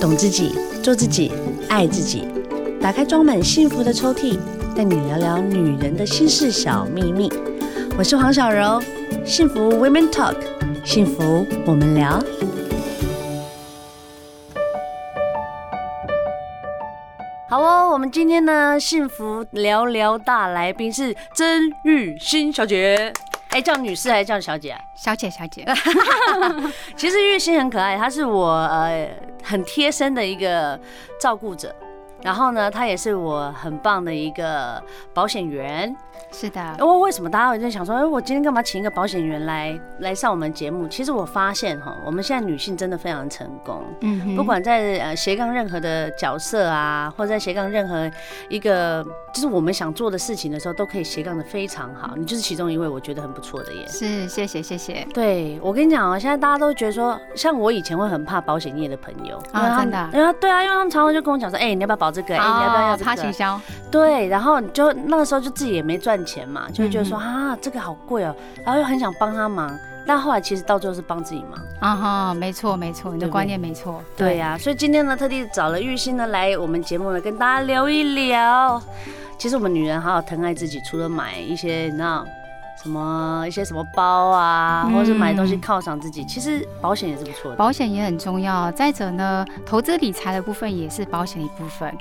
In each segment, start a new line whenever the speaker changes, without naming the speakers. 懂自己，做自己，爱自己。打开装满幸福的抽屉，带你聊聊女人的心事小秘密。我是黄小柔，幸福 Women Talk，幸福我们聊。好哦，我们今天呢，幸福聊聊大来宾是曾玉欣小姐。哎、叫女士还是叫小姐、啊？
小姐，小姐，
其实玉欣很可爱，她是我呃很贴身的一个照顾者，然后呢，她也是我很棒的一个保险员。
是的，
因为为什么大家会在想说，哎，我今天干嘛请一个保险员来来上我们节目？其实我发现哈，我们现在女性真的非常成功，
嗯哼
不管在呃斜杠任何的角色啊，或者在斜杠任何一个就是我们想做的事情的时候，都可以斜杠的非常好。你就是其中一位，我觉得很不错的耶。
是，谢谢，谢谢。
对，我跟你讲啊，现在大家都觉得说，像我以前会很怕保险业的朋友
啊
因为他们
真的啊哦
因为对啊，因为他们常常就跟我讲说，哎、你要不要保这个？哎、你要不要要这
他行
个？
销，
对，然后你就那个时候就自己也没赚钱嘛，就会觉得说、
嗯
啊，这个好贵哦、然后又很想帮他忙，但后来其实到最后是帮自己忙。
啊哈，没错，没错，你
对
的
不
观
对
念没错。
对呀、所以今天呢，特地找了玉欣呢来我们节目呢，跟大家聊一聊。其实我们女人好好疼爱自己，除了买一些你知道什么一些什么包啊，
嗯
或是买东西犒赏自己，其实保险也是不错的。
保险也很重要，再者呢，投资理财的部分也是保险的一部分。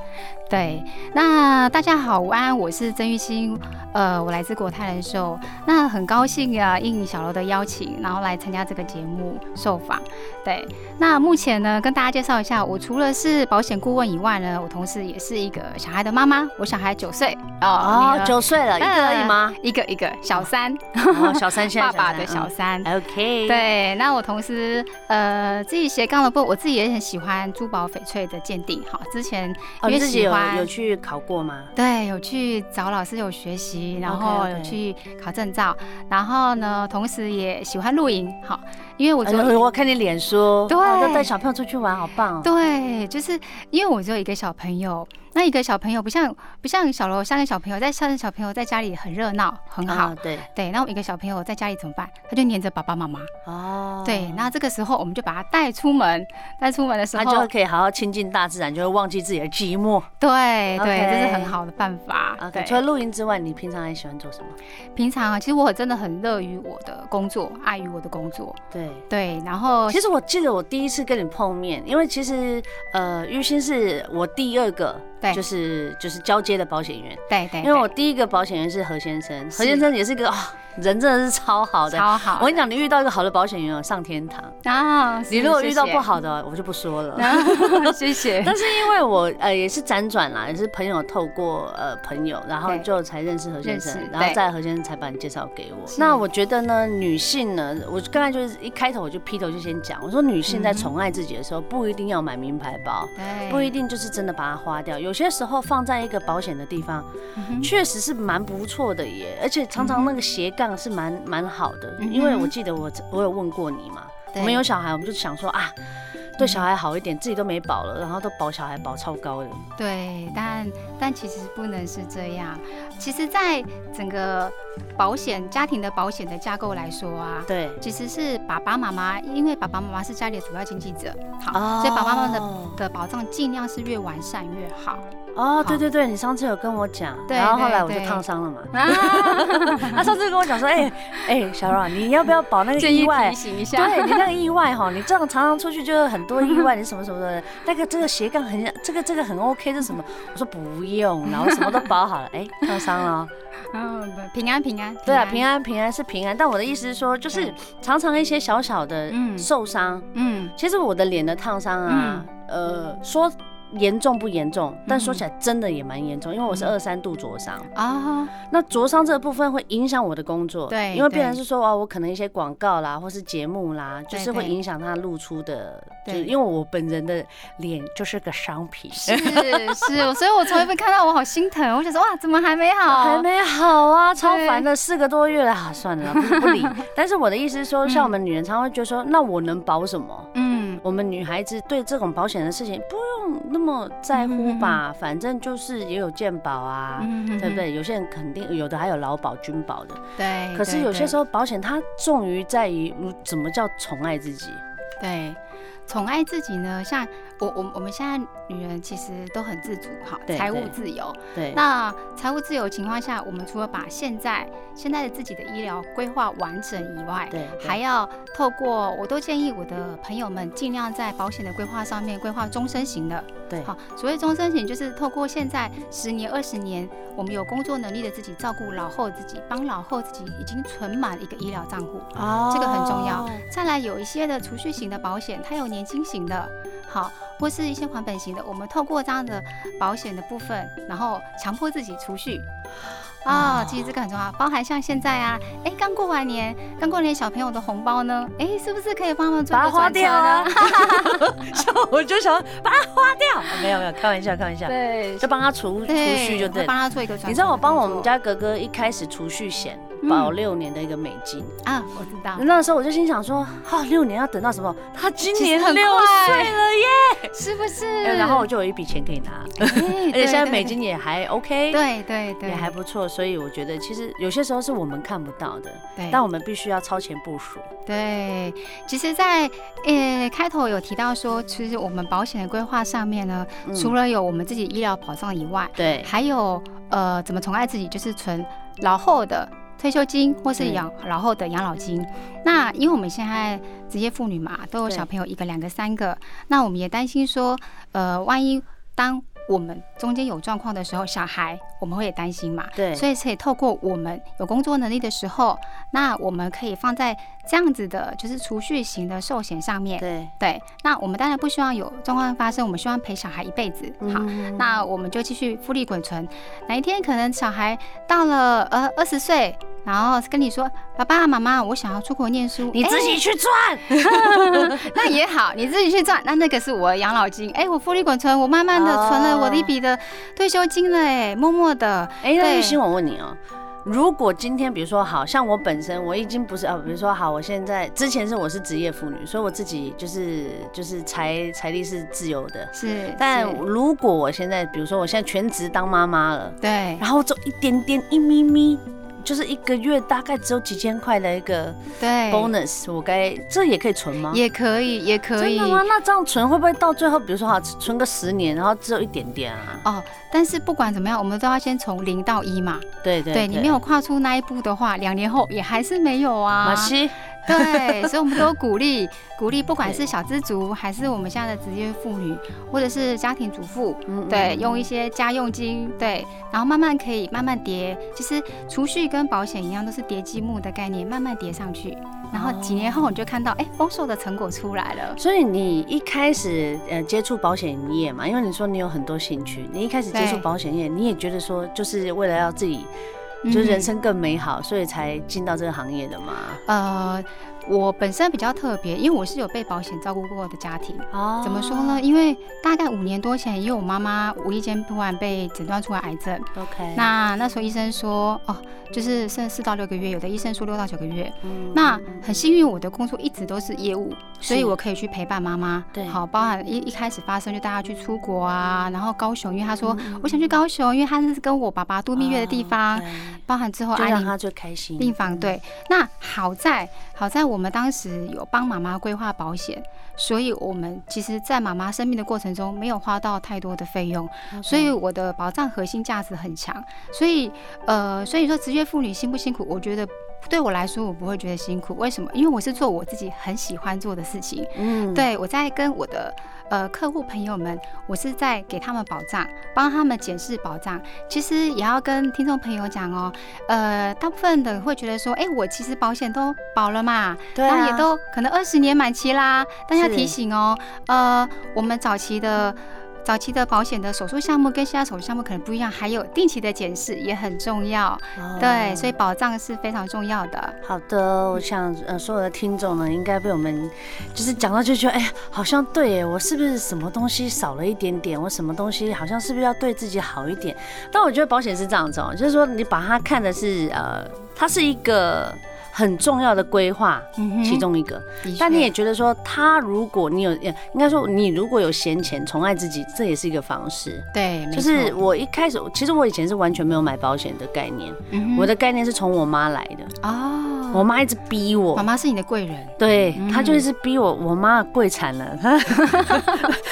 对，那大家好，午安，我是曾玉欣，呃，我来自国泰人寿，那很高兴啊，应小楼的邀请，然后来参加这个节目受访。对，那目前呢，跟大家介绍一下，我除了是保险顾问以外呢，我同时也是一个小孩的妈妈，我小孩九岁哦，
哦
女，儿
九岁了，一个而已吗？
一个一个小三，
哦，小三现在
爸爸的小三。
三，OK，，
对，那我同时呃自己斜杠的部分，我自己也很喜欢珠宝翡翠的鉴定。好，之前
哦，
因
你
为
自己
喜
有
欢
有去考过吗？
对有去找老师有学习，然后
OK，OK
有去考证照，然后呢，同时也喜欢露营。好，因为我只有
哎呦我看你脸书，
对
哦都带小朋友出去玩，好棒哦。
对，就是因为我只有一个小朋友，那一个小朋友不像不像小楼，像个小朋友在像小朋友在家里很热闹很好。
啊，对，
对，那我一个小朋友在家里怎么办？他就黏着爸爸妈妈。
哦，
对，那这个时候我们就把他带出门，带出门的时
他
候，
就可以好好亲近大自然，就会忘记自己的寂寞。
对
OK
对，这是很好的办法。
啊，除了
对，
露营之外，你平常还喜欢做什么？
平常啊，其实我真的很乐于我的工作，爱于我的工作。
对。
对，然后
其实我记得我第一次跟你碰面，因为其实呃，玉鑫是我第二个，
对
就是就是交接的保险员，
对对，
因为我
对
第一个保险员是何先生，
是
何先生也是一个哦， 人真的是超好的。
超好
我跟你讲，你遇到一个好的保险员，哦，上天堂。
啊，
你
是
如果遇到不，
谢
好的，我就不说了。
谢 谢谢。
但是因为我呃也是辗转啦，也是朋友透过呃朋友，然后
对
就才认识何先生
认识，
然后
对
再何先生才把你介绍给我。
是
那我觉得呢，女性呢，我刚才就是一开头我就劈头就先讲，我说女性在
嗯哼
宠爱自己的时候，不一定要买名牌包。
对
不一，定就是真的把它花掉，有些时候放在一个保险的地方，
嗯哼
确实是蛮不错的耶。而且常常那个斜杠是蛮蛮好的，
嗯嗯哼
因为我记得我我有问过你嘛，我
对
们有小孩，我们就想说啊，对小孩好一点，自己都没保了，然后都保小孩保超高的。
对，但但其实不能是这样。其实，在整个保险家庭的保险的架构来说啊，
对，
其实是爸爸妈妈，因为爸爸妈妈是家里的主要经济者，好，
哦
所以爸爸妈妈的的保障尽量是越完善越好。
哦，对对对，你上次有跟我讲，
对
然后后来我
对
就
对
烫伤了嘛。
啊，
他上次跟我讲说，哎哎，小阮，你要不要保那个
建议
意外
提？醒一下。
对你那个意外哈，你这样常常出去就有很多意外，你什么什么的，那个这个斜杠很这个这个很 OK，这是什么？我说不用啦，我什么都保好了。 哎，烫伤了哦。
嗯，不平安平安。
对啊，平。安平安是平安，但我的意思是说，就是
对
常常一些小小的
嗯
受伤，
嗯，
其实我的脸的烫伤啊，呃，说严重不严重，但说起来真的也蛮严重，因为我是
嗯
二三度灼伤。
哦，
那灼伤这个部分会影响我的工作，
对
因为变成
对
是说哦，我可能一些广告啦，或是节目啦，就
对
是会
对
影响它露出的，就
对
是因为我本人的脸就是个商品。
是是，所以我从一边看到我好心疼，我想说哇，怎么还没好？
还没好啊，超
哦对
烦的，四个多月了，啊、算了啦，不不 理。但是我的意思是说，像我们女人常常会觉得说，那我能保什么？
嗯，
我们女孩子对这种保险的事情不用那么在乎吧，反正就是也有健保啊，
嗯
对不？对？有些人肯定有的还有劳保、军保的，
对。
可是有些时
候，
候保险它重于在于嗯怎么叫宠爱自己，
对，宠爱自己呢，像我我我们现在女人其实都很自主哈，
对
财务
对
自由。
对，
那财务自由的情况下，我们除了把现在现在的自己的医疗规划完整以外，
对对
还要透过，我都建议我的朋友们尽量在保险的规划上面规划终身型的。
对
好，所谓终身型，就是透过现在十年、二十年，我们有工作能力的自己照顾老后自己，帮老后自己已经存满一个医疗账户。
哦
这个很重要。再来有一些的储蓄型的保险，它有年金型的，好，或是一些还本型的。我们透过这样的保险的部分，然后强迫自己储蓄。啊、
哦
其实这个很重要，包含像现在啊，哎，刚过完年，刚过年小朋友的红包呢，哎，是不是可以帮他们做
把它
个
花
转折
掉啊
呢？！
像我就想把它花掉，没有没有，开玩笑开玩笑，
对，
就帮他储储
对
蓄就对
会
了
帮。他做一个转折
你知道我帮我们
动作
家格格一开始储蓄险保六年的一个美金，
嗯啊，我知道，
那时候我就心想说，哦，六年要等到什么？他今
其实
年
很
六
快嗯
岁了耶！
是不是？
哎然后我就有一笔钱可以拿，
而
而且现在美金也还 OK，
对对对
也还不错，所以我觉得其实有些时候是我们看不到的，
对
但我们必须要超前部署。
对，其实在，呃开头有提到说，其实我们保险的规划上面呢，
嗯
除了有我们自己医疗保障以外，
对
还有呃怎么宠爱自己，就是存老后的退休金或是
对
养老后的养老金。那因为我们现在职业妇女嘛，都有
对
小朋友一个、两个、三个，那我们也担心说，呃，万一当我们中间有状况的时候，小孩我们会也担心嘛，
对
所以可以透过我们有工作能力的时候，那我们可以放在这样子的，就是储蓄型的寿险上面。
对，
对，那我们当然不希望有状况发生，我们希望陪小孩一辈子。好，
嗯
那我们就继续复利滚存。哪一天可能小孩到了呃二十岁，然后跟你说：“爸爸妈妈，我想要出国念书。”哎
你自己去赚。
那也好，你自己去赚，那那个是我的养老金。哎、我复利滚存，我慢慢的
哦
存了我的一笔的退休金了、哎，默默的，
哎，那
对
玉欣，我问你哦。如果今天，比如说，好像我本身我已经不是啊，比如说，好，我现在之前是我是职业妇女，所以我自己就是就是财财力是自由的。
是，
但
是
如果我现在，比如说我现在全职当妈妈了，
对，
然后就一点点一咪咪，就是一个月大概只有几千块的一个
对
bonus，我该这也可以存吗？
哎也可以，也可
真
以
的。吗？那这样存会不会到最后，比如说哈，存个十年，然后只有一点点啊？
哦，但是不管怎么样，我们都要先从零到一嘛。
对对
对你没有跨出那一步的话，两年后也还是没有啊
马。西，
对，所以我 们都鼓励鼓励，不管
对
是小资族，还是我们现在的职业妇女，或者是家庭主妇，
嗯
对，用一些家用金，对，然后慢慢可以慢慢叠。其实储蓄跟保险一样，都是叠积木的概念，慢慢叠上去，然后几年
哦
后你就看到，哎，丰硕的成果出来了。
所以你一开始呃接触保险业嘛，因为你说你有很多兴趣，你一开始接触
对
保险业，你也觉得说就是为了要自己就是人
嗯
生更美好，所以才进到这个行业的嘛。
呃，我本身比较特别，因为我是有被保险照顾过的家庭。
哦
怎么说呢？因为大概五年多前，因为我妈妈无意间突然被诊断出来癌症，
？OK，
那那时候医生说，哦，就是剩四到六个月，有的医生说六到九个月。
嗯
那很幸运，我的工作一直都是业务，所以
是
我可以去陪伴妈妈。
对
好，包含一一开始发生就带她去出国啊，然后高雄，因为她说、我想去高雄，因为她是跟我爸爸度蜜月的地方。
嗯哦
包含之后
，OK，就
安
让
宁
他最开心。
病房对，那好在好在我们当时有帮妈妈规划保险，所以我们其实，在妈妈生病的过程中没有花到太多的费用，
OK
所以我的保障核心价值很强。所以呃，所以说职业妇女辛不辛苦，我觉得对我来说我不会觉得辛苦，为什么？因为我是做我自己很喜欢做的事情，
嗯，
对我在跟我的呃客户朋友们，我是在给他们保障，帮他们检视保障。其实也要跟听众朋友讲哦，呃，大部分的会觉得说，哎，我其实保险都保了嘛，
对
然后
啊，
也都可能二十年满期啦。但要
是
提醒哦，呃，我们早期的。早期的保险的手术项目跟现在手术项目可能不一样，还有定期的检视也很重要，
哦
对，所以保障是非常重要的。
好的，我想呃，所有的听众呢，应该被我们就是讲到就觉得，哎、好像对耶，我是不是什么东西少了一点点？我什么东西好像是不是要对自己好一点？但我觉得保险是这样子哦、就是说你把它看的是呃，它是一个很重要的规划。
嗯哼
其中一个，
的
但
确
你也觉得说，他如果你有，呃应该说你如果有闲钱，宠爱自己，这也是一个方式。
对，没
就是
错
我一开始，其实我以前是完全没有买保险的概念，
嗯哼
我的概念是从我妈来的。
哦，
我妈一直逼我，
妈妈是你的贵人，
对
嗯
他就一直逼我，我妈跪惨了， 她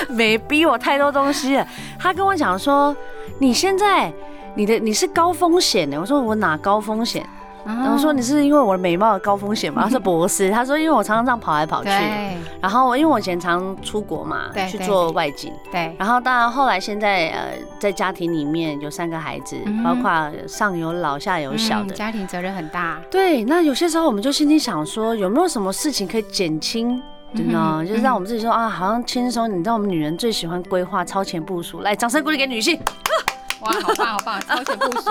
没逼我太多东西了。他跟我讲说，你现在你的你是高风险的，我说我哪高风险？然
然
后说你是因为我的美貌的高风险 吗？他说不是，他说因为我常常这样跑来跑去，
对
然后我因为我以前常出国嘛
对，
去
对
做外景。
对
然后当然后来现在呃，在家庭里面有三个孩子，
嗯
包括上有老下有小
嗯
的，
家庭责任很大，
对，那有些时候我们就心里想说，有没有什么事情可以减轻？的呢，
嗯哼
就是让我们自己说啊，好像轻松。你知道我们女人最喜欢规划、超前部署。来，掌声鼓励给女性，
哇，好棒好 棒，超前部署，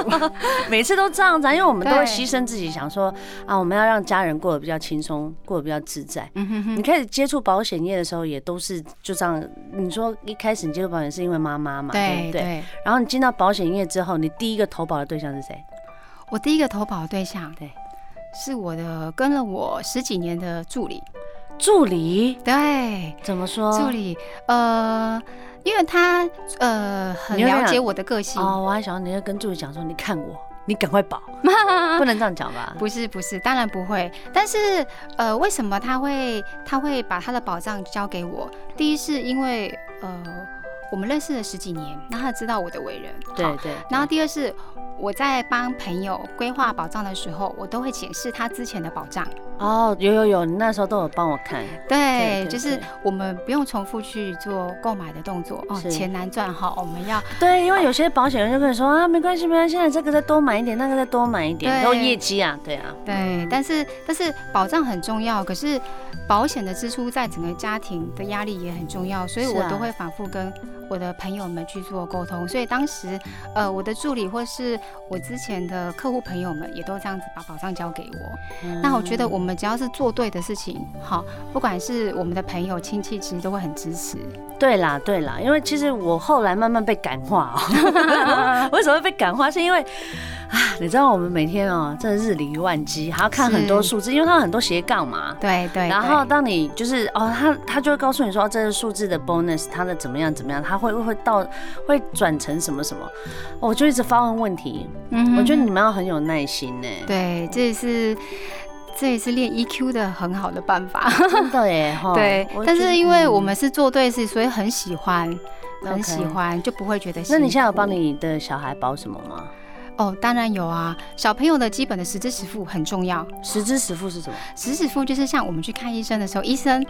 每次都这样子、啊，因为我们都会
对
牺牲自己，想说啊，我们要让家人过得比较轻松，过得比较自在。
嗯哼
你
哼，
开始接触保险业的时候，也都是就这样。你说一开始你接触保险是因为妈妈嘛，对
对
不对？
对，
然后你进到保险业之后，你第一个投保的对象是谁？
我第一个投保的对象，
对，
是我的跟了我十几年的助理，
助理？
对，
怎么说？
助理，呃，因为他呃很
你有
了
点
解我的个性，
哦，我还想你要跟助理讲说，你看我，你赶快保， 不能这样讲吧？
不是不是，当然不会。但是呃，为什么他会他会把他的宝藏交给我？第一是因为呃我们认识了十几年，那他知道我的为人，好
对对，
然后第二是我在帮朋友规划保障的时候，我都会检视他之前的保障。
哦，有有有，你那时候都有帮我看，对对，
对哎就是
对
我们不用重复去做购买的动作哦，
是
钱难赚哈，我们要
对，因为有些保险人就跟你说啊，没关系没关系，现在这个再多买一点，那个再多买一点，
对
都业绩啊，对啊，
对，但是但是保障很重要，可是保险的支出在整个家庭的压力也很重要，所以
是
我
啊
都会反复跟我的朋友们去做沟通。所以当时呃，我的助理或是我之前的客户朋友们也都这样子把保障交给我。
嗯
那我觉得我们只要是做对的事情，好，不管是我们的朋友亲戚，其实都会很支持。
对啦对啦，因为其实我后来慢慢被感化 哦，为什么会被感化？是因为啊，你知道我们每天哦，真的日理万机，还要看很多
是
数字，因为它有很多斜杠嘛，
对对，
然后
对
当你就是哦，他他就会告诉你说、哦这是数字的 bonus，它的怎么样怎么样，他会会到会转成什么什么，哦我就一直发问问题。
嗯哼
我觉得
哼
你们要很有耐心呢，
对，这也是这也是练 EQ 的很好的办法。
真的耶 哈。
对
哦我，
但
觉得
是因为我
嗯
们是做对事，所以很喜欢，很
OK
喜欢，就不会觉得
嗯
辛苦。
那你现在有帮你的小孩保什么吗？
哦，当然有啊，小朋友的基本的实支实付很重要。
实支实付是什么？
实支实付就是像我们去看医生的时候，医生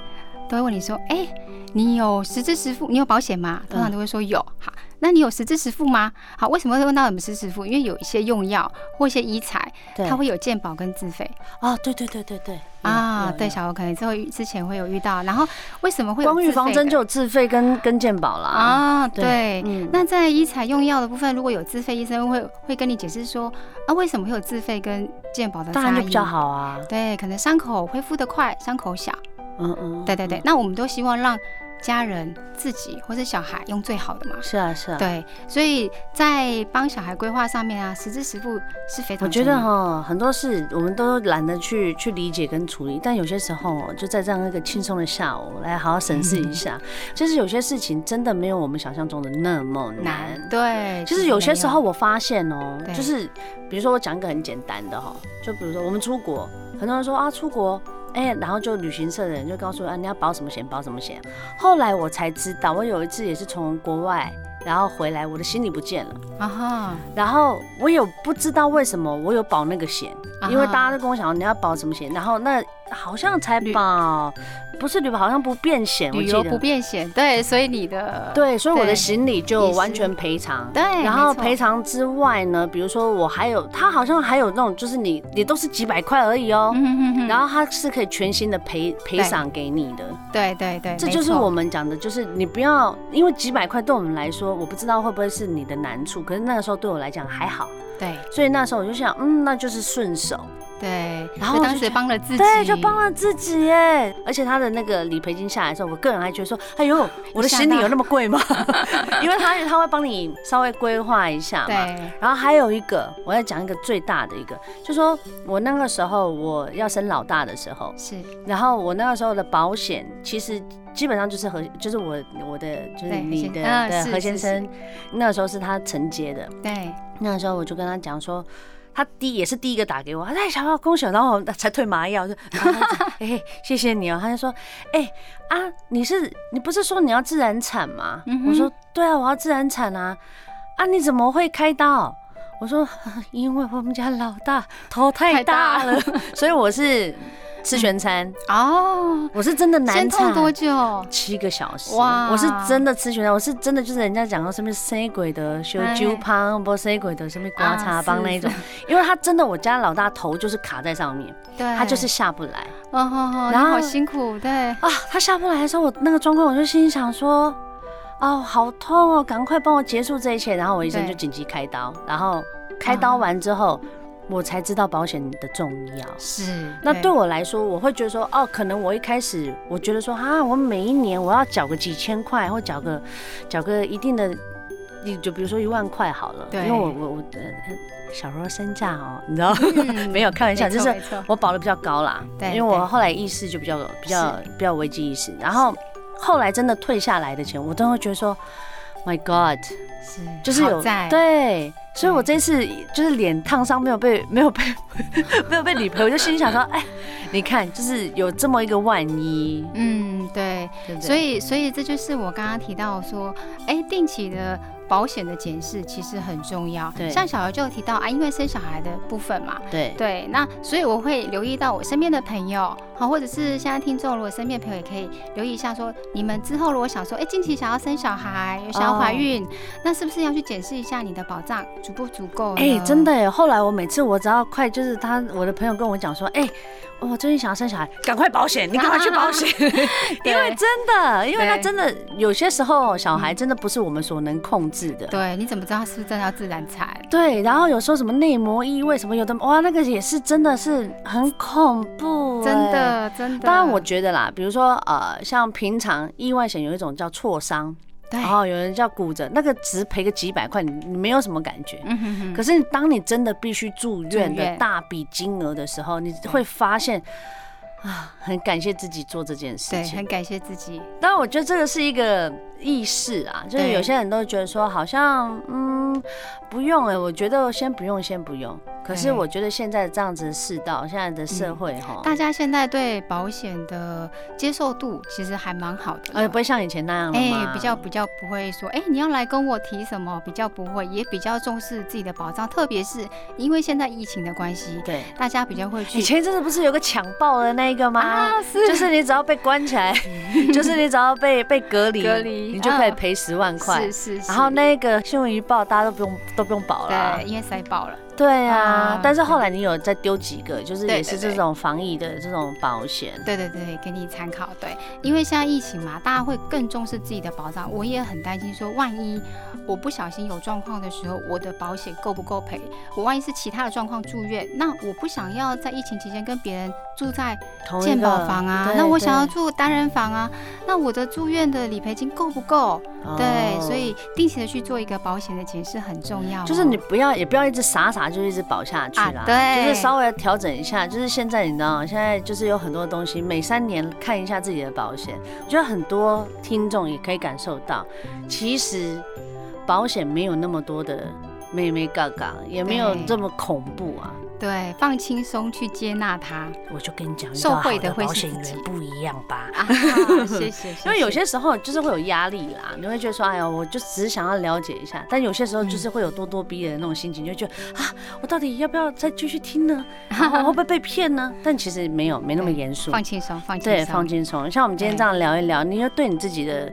都会问你说：“哎、你有实支实付？你有保险吗？”通
嗯
常都会说有。好，那你有实支实付吗？好，为什么会问到我们实支实付？因为有一些用药或一些医材，
对
它会有健保跟自费
啊，对对对对对
啊。对，。
有有
小欧可能之后之前会有遇到。然后为什么会
有
有
光预
自费
防针
的
就有自费跟跟健保啦。
啊？
对
对，
嗯
那在医材用药的部分，如果有自费，医生会会跟你解释说，啊，为什么会有自费跟健保的
当然
差
就
异？
比较。好啊。
对，可能伤口恢复的快，伤口小。
嗯嗯，
对对对，那我们都希望让家人、自己或是小孩用最好的嘛。
是啊是啊。
对，所以在帮小孩规划上面啊，实支实付是非
我
常
觉
重
得
要。
哈，很多事我们都懒得去去理解跟处理，但有些时候哦就在这样一个轻松的下午，来好好审视
嗯
一下。其实有些事情真的没有我们想象中的那么难。
难，对。
其实有些时候
没
我发现哦、
对
就是比如说我讲一个很简单的哈、就比如说我们出国，很多人说啊出国，哎、然后就旅行社的人就告诉我啊你要保什么险，保什么险。后来我才知道，我有一次也是从国外然后回来，我的行李不见了。
有啊哈，
然后我有不知道为什么我有保那个险，
啊哈
因为大家都跟我讲你要保什么险，然后那好像才保，不是旅保，好像不变险，我
旅
记
游不
得。
便险，对，所以你的
对，所以我的
对
行李就
也是
完全赔偿。
对
然后
没错
赔偿之外呢，比如说我还有，他好像还有那种，就是你你都是几百块而已哦，
嗯哼哼哼
然后他是可以全新的赔赔偿给你的。
对对对，
这
没
就是
错
我们讲的，就是你不要因为几百块对我们来说，我不知道会不会是你的难处，可是那个时候对我来讲还好。
对
所以那时候我就想，嗯，那就是顺手，
对，
然
然
后
后
我
当
就
时帮了自己，
对，就帮了自己耶。而且他的那个理赔金下来的时候，我个人还觉得说，哎 呦，我的行李有那么贵吗？ 因为他他会帮你稍微规划一下嘛。
对，
然后还有一个，我要讲一个最大的一个，就说我那个时候我要生老大的时候，
是
然后我那个时候的保险其实基本上就是何，就是我我的就是
对
嗯你
何先
的
啊
的
是
何先
是是
生，那个时候是他承接的，
对，
那时候我就跟他讲说，他第也是第一个打给我，他在想要恭喜我，然后我才退麻 药，就然后他就哎、谢谢你哦、他就说哎、啊你是你不是说你要自然产吗？
嗯哼
我说对啊，我要自然产啊，啊你怎么会开刀？我说 因为我们家老大头太
太大
大了， 所以我是吃全餐，
哦，
我是真的难
先痛
产。
多久？
七个小时，
哇
我是真的吃全餐，我是真的就是人家讲说什么生鬼的修
哎
揪胖，不生鬼的什么刮痧帮那一种
啊，
因为他真的我家老大头就是卡在上面，
对，
他就是，下不来
哦哦哦，你
然后
好辛苦，对，
啊，他下不来的时候，我那个状况我就心想说，哦，好痛哦，赶快帮我结束这一切，然后我医生
对
就紧急开刀，然后开刀完之后，我才知道保险的重要。
是，
那对我来说，我会觉得说，哦，可能我一开始我觉得说，啊，我每一年我要缴个几千块，或缴个缴个一定的，你就比如说一万块好了，因
对
为我我我呃小时候身价哦，你知道
嗯
没有开玩笑，
没错
就是
没错
我保的比较高啦，
对
因为我后来意识就比较比较比较危机意识，然后后来真的退下来的钱，我都会觉得说，My God，
是，
就是有
好在，嗯
对，所以我
对
这次就是脸烫伤没有被 没有被没有被理赔，我就心里 想说，哎，你看，就是有这么一个万一，
嗯，对，
对不对？
所以，所以这就是我刚刚提到说，哎，定期的保险的检视其实很重要。
对
像小游就有提到啊，因为生小孩的部分嘛，
对
对，那所以我会留意到我身边的朋友，好，或者是现在听众，如果身边的朋友也可以留意一下说，你们之后如果想说，哎，近期想要生小孩，有想要
哦
怀孕，那是不是要去检视一下你的保障足不足够？
哎、真的，耶！后来我每次我只要快，就是他我的朋友跟我讲说，哎、我最近想要生小孩，赶快保险，你赶快去保险，
啊
因为真的，因为他
对
真的有些时候小孩真的不是我们所能控制的。
对，你怎么知道他是不是真的要自然产？
对，然后有时候什么内膜异位什么有的，哇，那个也是真的是很恐怖、
真
哎
的，真的。
当然，我觉得啦，比如说呃，像平常意外险有一种叫挫伤，
对，
然后有人叫骨折，那个只赔个几百块，你你没有什么感觉。
嗯哼哼
可是当你真的必须住院
住
的
院嗯
大笔金额的时候，你会发现啊，很感谢自己做这件事
对，
情。
很感谢自己，
当然，我觉得这个是一个意识啊，就是
对
有些人都觉得说好像嗯不用哎、我觉得先不用，先不用。可是
对
我觉得现在这样子的世道，现在的社
嗯
会哈，
大家现在对保险的接受度其实还蛮好的了，
而哎呃且不会像以前那样了
哎、
嘛
比较比较不会说，哎、你要来跟我提什么，比较不会，也比较重视自己的保障，特别是因为现在疫情的关系，
对。
大家比较会去
以前真的不是有个抢爆的那一个吗？
啊，是
就是你只要被关起 来，就是你只要被被隔离，
隔离
你就可以
嗯
赔十万块
是。是是，
然后那个新闻一报，大家都不用都不用保了
对，。因为塞爆了，
对啊
啊，
但是后来你有再丢几个，就是
对
也是
对对
这种防疫的这种保险。
对对对，给你参考，对，因为现在疫情嘛，大家会更重视自己的保障，我也很担心说，万一我不小心有状况的时候，我的保险够不够赔？我万一是其他的状况住院，那我不想要在疫情期间跟别人住在
同一
健
个
保房啊，
对
那我想要
对
住单人房啊，那我的住院的理赔金够不够？对，
哦
所以定期的去做一个保险的检视很重要哦、
就是你不要也不要一直傻傻就一直保下去啦
啊，对
就是稍微调整一下。就是现在你知道，现在就是有很多东西，每三年看一下自己的保险。我觉得很多听众也可以感受到，其实保险没有那么多的妹妹嘎嘎，也没有
对
这么恐怖啊。
对放轻松去接纳 它
我就跟你讲，遇
受
到好
惠的
的
会
保
是
险
自己
员不一样吧。
啊，谢谢，
因为有
谢
些时候就是会有压力啦，你会觉得说，哎呀，我就只是想要了解一下。但有些时候
嗯
就是会有咄咄逼人的那种心情，就觉得啊，我到底要不要再继续听呢？然后会不会被骗呢？但其实没有，没那么严肃
谢。放轻松，放轻
对，
松，
放轻松。像我们今天这样聊一聊，你要对你自己的，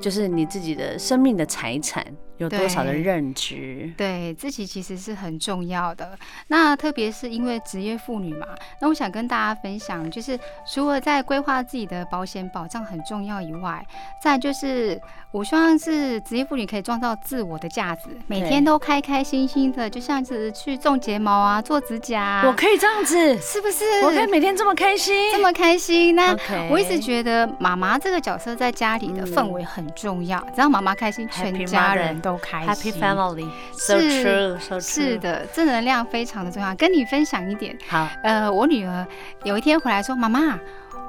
就是你自己的生命的财产有多少的
对
认知？
对自己其实是很重要的。那特别是因为职业妇女嘛，那我想跟大家分享，就是除了在规划自己的保险保障很重要以外，再就是我希望是职业妇女可以创造自我的价值，每
对
天都开开心心的，就像是去种睫毛啊、做指甲啊、
我可以这样子，
是不是？
我可以每天这么开心。
这么开心那
OK
我一直觉得妈妈这个角色在家里的
嗯
氛围很重要，只要妈妈开心，全
Happy
家
mother
人都开
Happy
心。
family, so
是
true, so true。
是，的，正能量非常的重要。跟你分享一点，
好，
呃，我女儿有一天回来说：“妈妈，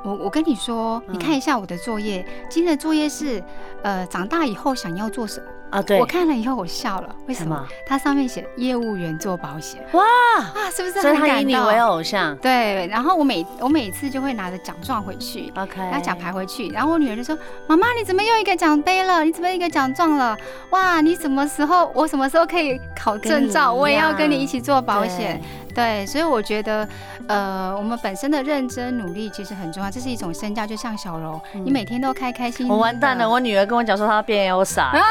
我我跟你说，
嗯
你看一下我的作业，今天的作业是，呃，长大以后想要做什么？
啊，对
我，看了以后我笑了，为什
什
么
么？？
它上面写业务员做保险
哇，
啊，是不是
所以
很
他以
感
你为
动？
偶像
对，然后我每我每次就会拿着奖状回去，
，OK，
拿奖牌回去，然后我女儿就说：“妈妈，你怎么又一个奖杯了？你怎么又一个奖状了？哇，你什么时候我什么时候可以考
跟你
证照？
一样
我也要跟你一起做保
对
险。”对，所以我觉得，呃，我们本身的认真努力其实很重要，这是一种身教。就像小柔，
嗯
你每天都开开心心的，
我完蛋了，我女儿跟我讲说她要变 Elsa，
啊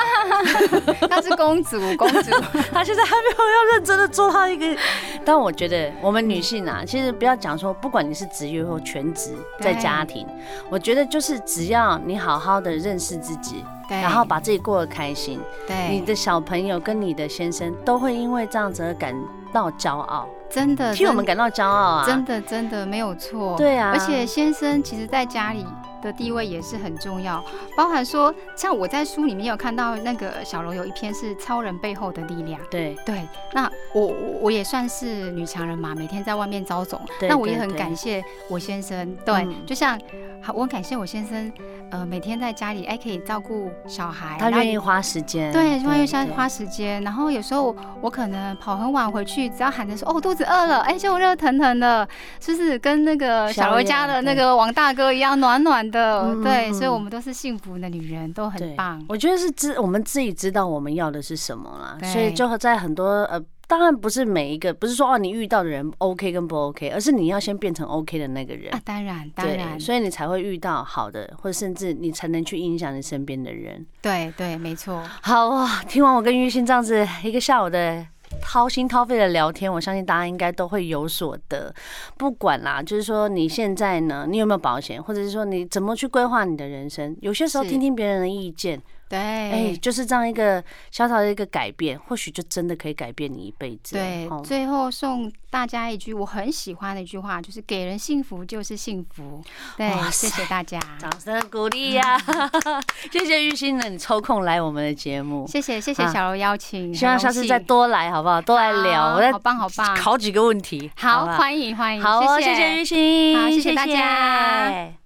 她是公主，公主，
她现在还没有要认真的做她一 个。但我觉得我们女性啊，其实不要讲说，不管你是职业或全职，在
对
家庭，我觉得就是只要你好好的认识自己，
对，
然后把自己过得开心，
对
你的小朋友跟你的先生都会因为这样子而感到骄傲，
真的
替我们
真
感到骄傲啊！
呃真的真的没有错，
对啊，
而且先生其实在家里的地位也是很重要，包含说，像我在书里面有看到那个小柔有一篇是超人背后的力量。
对
对，那我我我也算是女强人嘛，每天在外面招总，
对
那我也
对
很
对
感谢我先生。对，
嗯
就像好，我很感谢我先生，呃，每天在家里哎可以照顾小孩，
他
然后
愿意花时间，
对，就会像
对
花时间。然后有时候我可能跑很晚回去，只要喊着说“哦，肚子饿了”，哎，就热腾腾的，就是跟那个
宵
小柔
夜
家的那
对
个王大哥一样暖暖的
嗯。
对，
嗯
所以
嗯
我们都是幸福的女人，都
对
很棒。
我觉得是知我们自己知道我们要的是什么啦，
对
所以就在很多呃，当然不是每一个，不是说哦你遇到的人 OK 跟不 OK，而是你要先变成 OK 的那个人
啊，，当然，当
对
然，
所以你才会遇到好的，或者甚至你才能去影响你身边的人。
对对，没错。
好哇，听完我跟玉欣这样子一个下午的。掏心掏肺的聊天，我相信大家应该都会有所得。不管啦，就是说你现在呢，你有没有保险，或者是说你怎么去规划你的人生？有些时候
是
听听别人的意见，
对，
哎、就是这样一个小小的一个改变，或许就真的可以改变你一辈子。
对
哦，
最后送大家一句我很喜欢的一句话，就是“给人幸福就是幸福”。对
哇，
谢谢大家，
掌声鼓励呀、
嗯
谢谢玉欣呢，你抽空来我们的节目，
谢谢谢谢
啊
小柔邀请，
希
很
望
荣
下次
幸
再多来好不好？多来聊，
好
我再
好棒好棒，
考几个问题。
好，
不
欢迎欢迎，
好哦，谢
谢
谢玉欣，
好谢谢大家
谢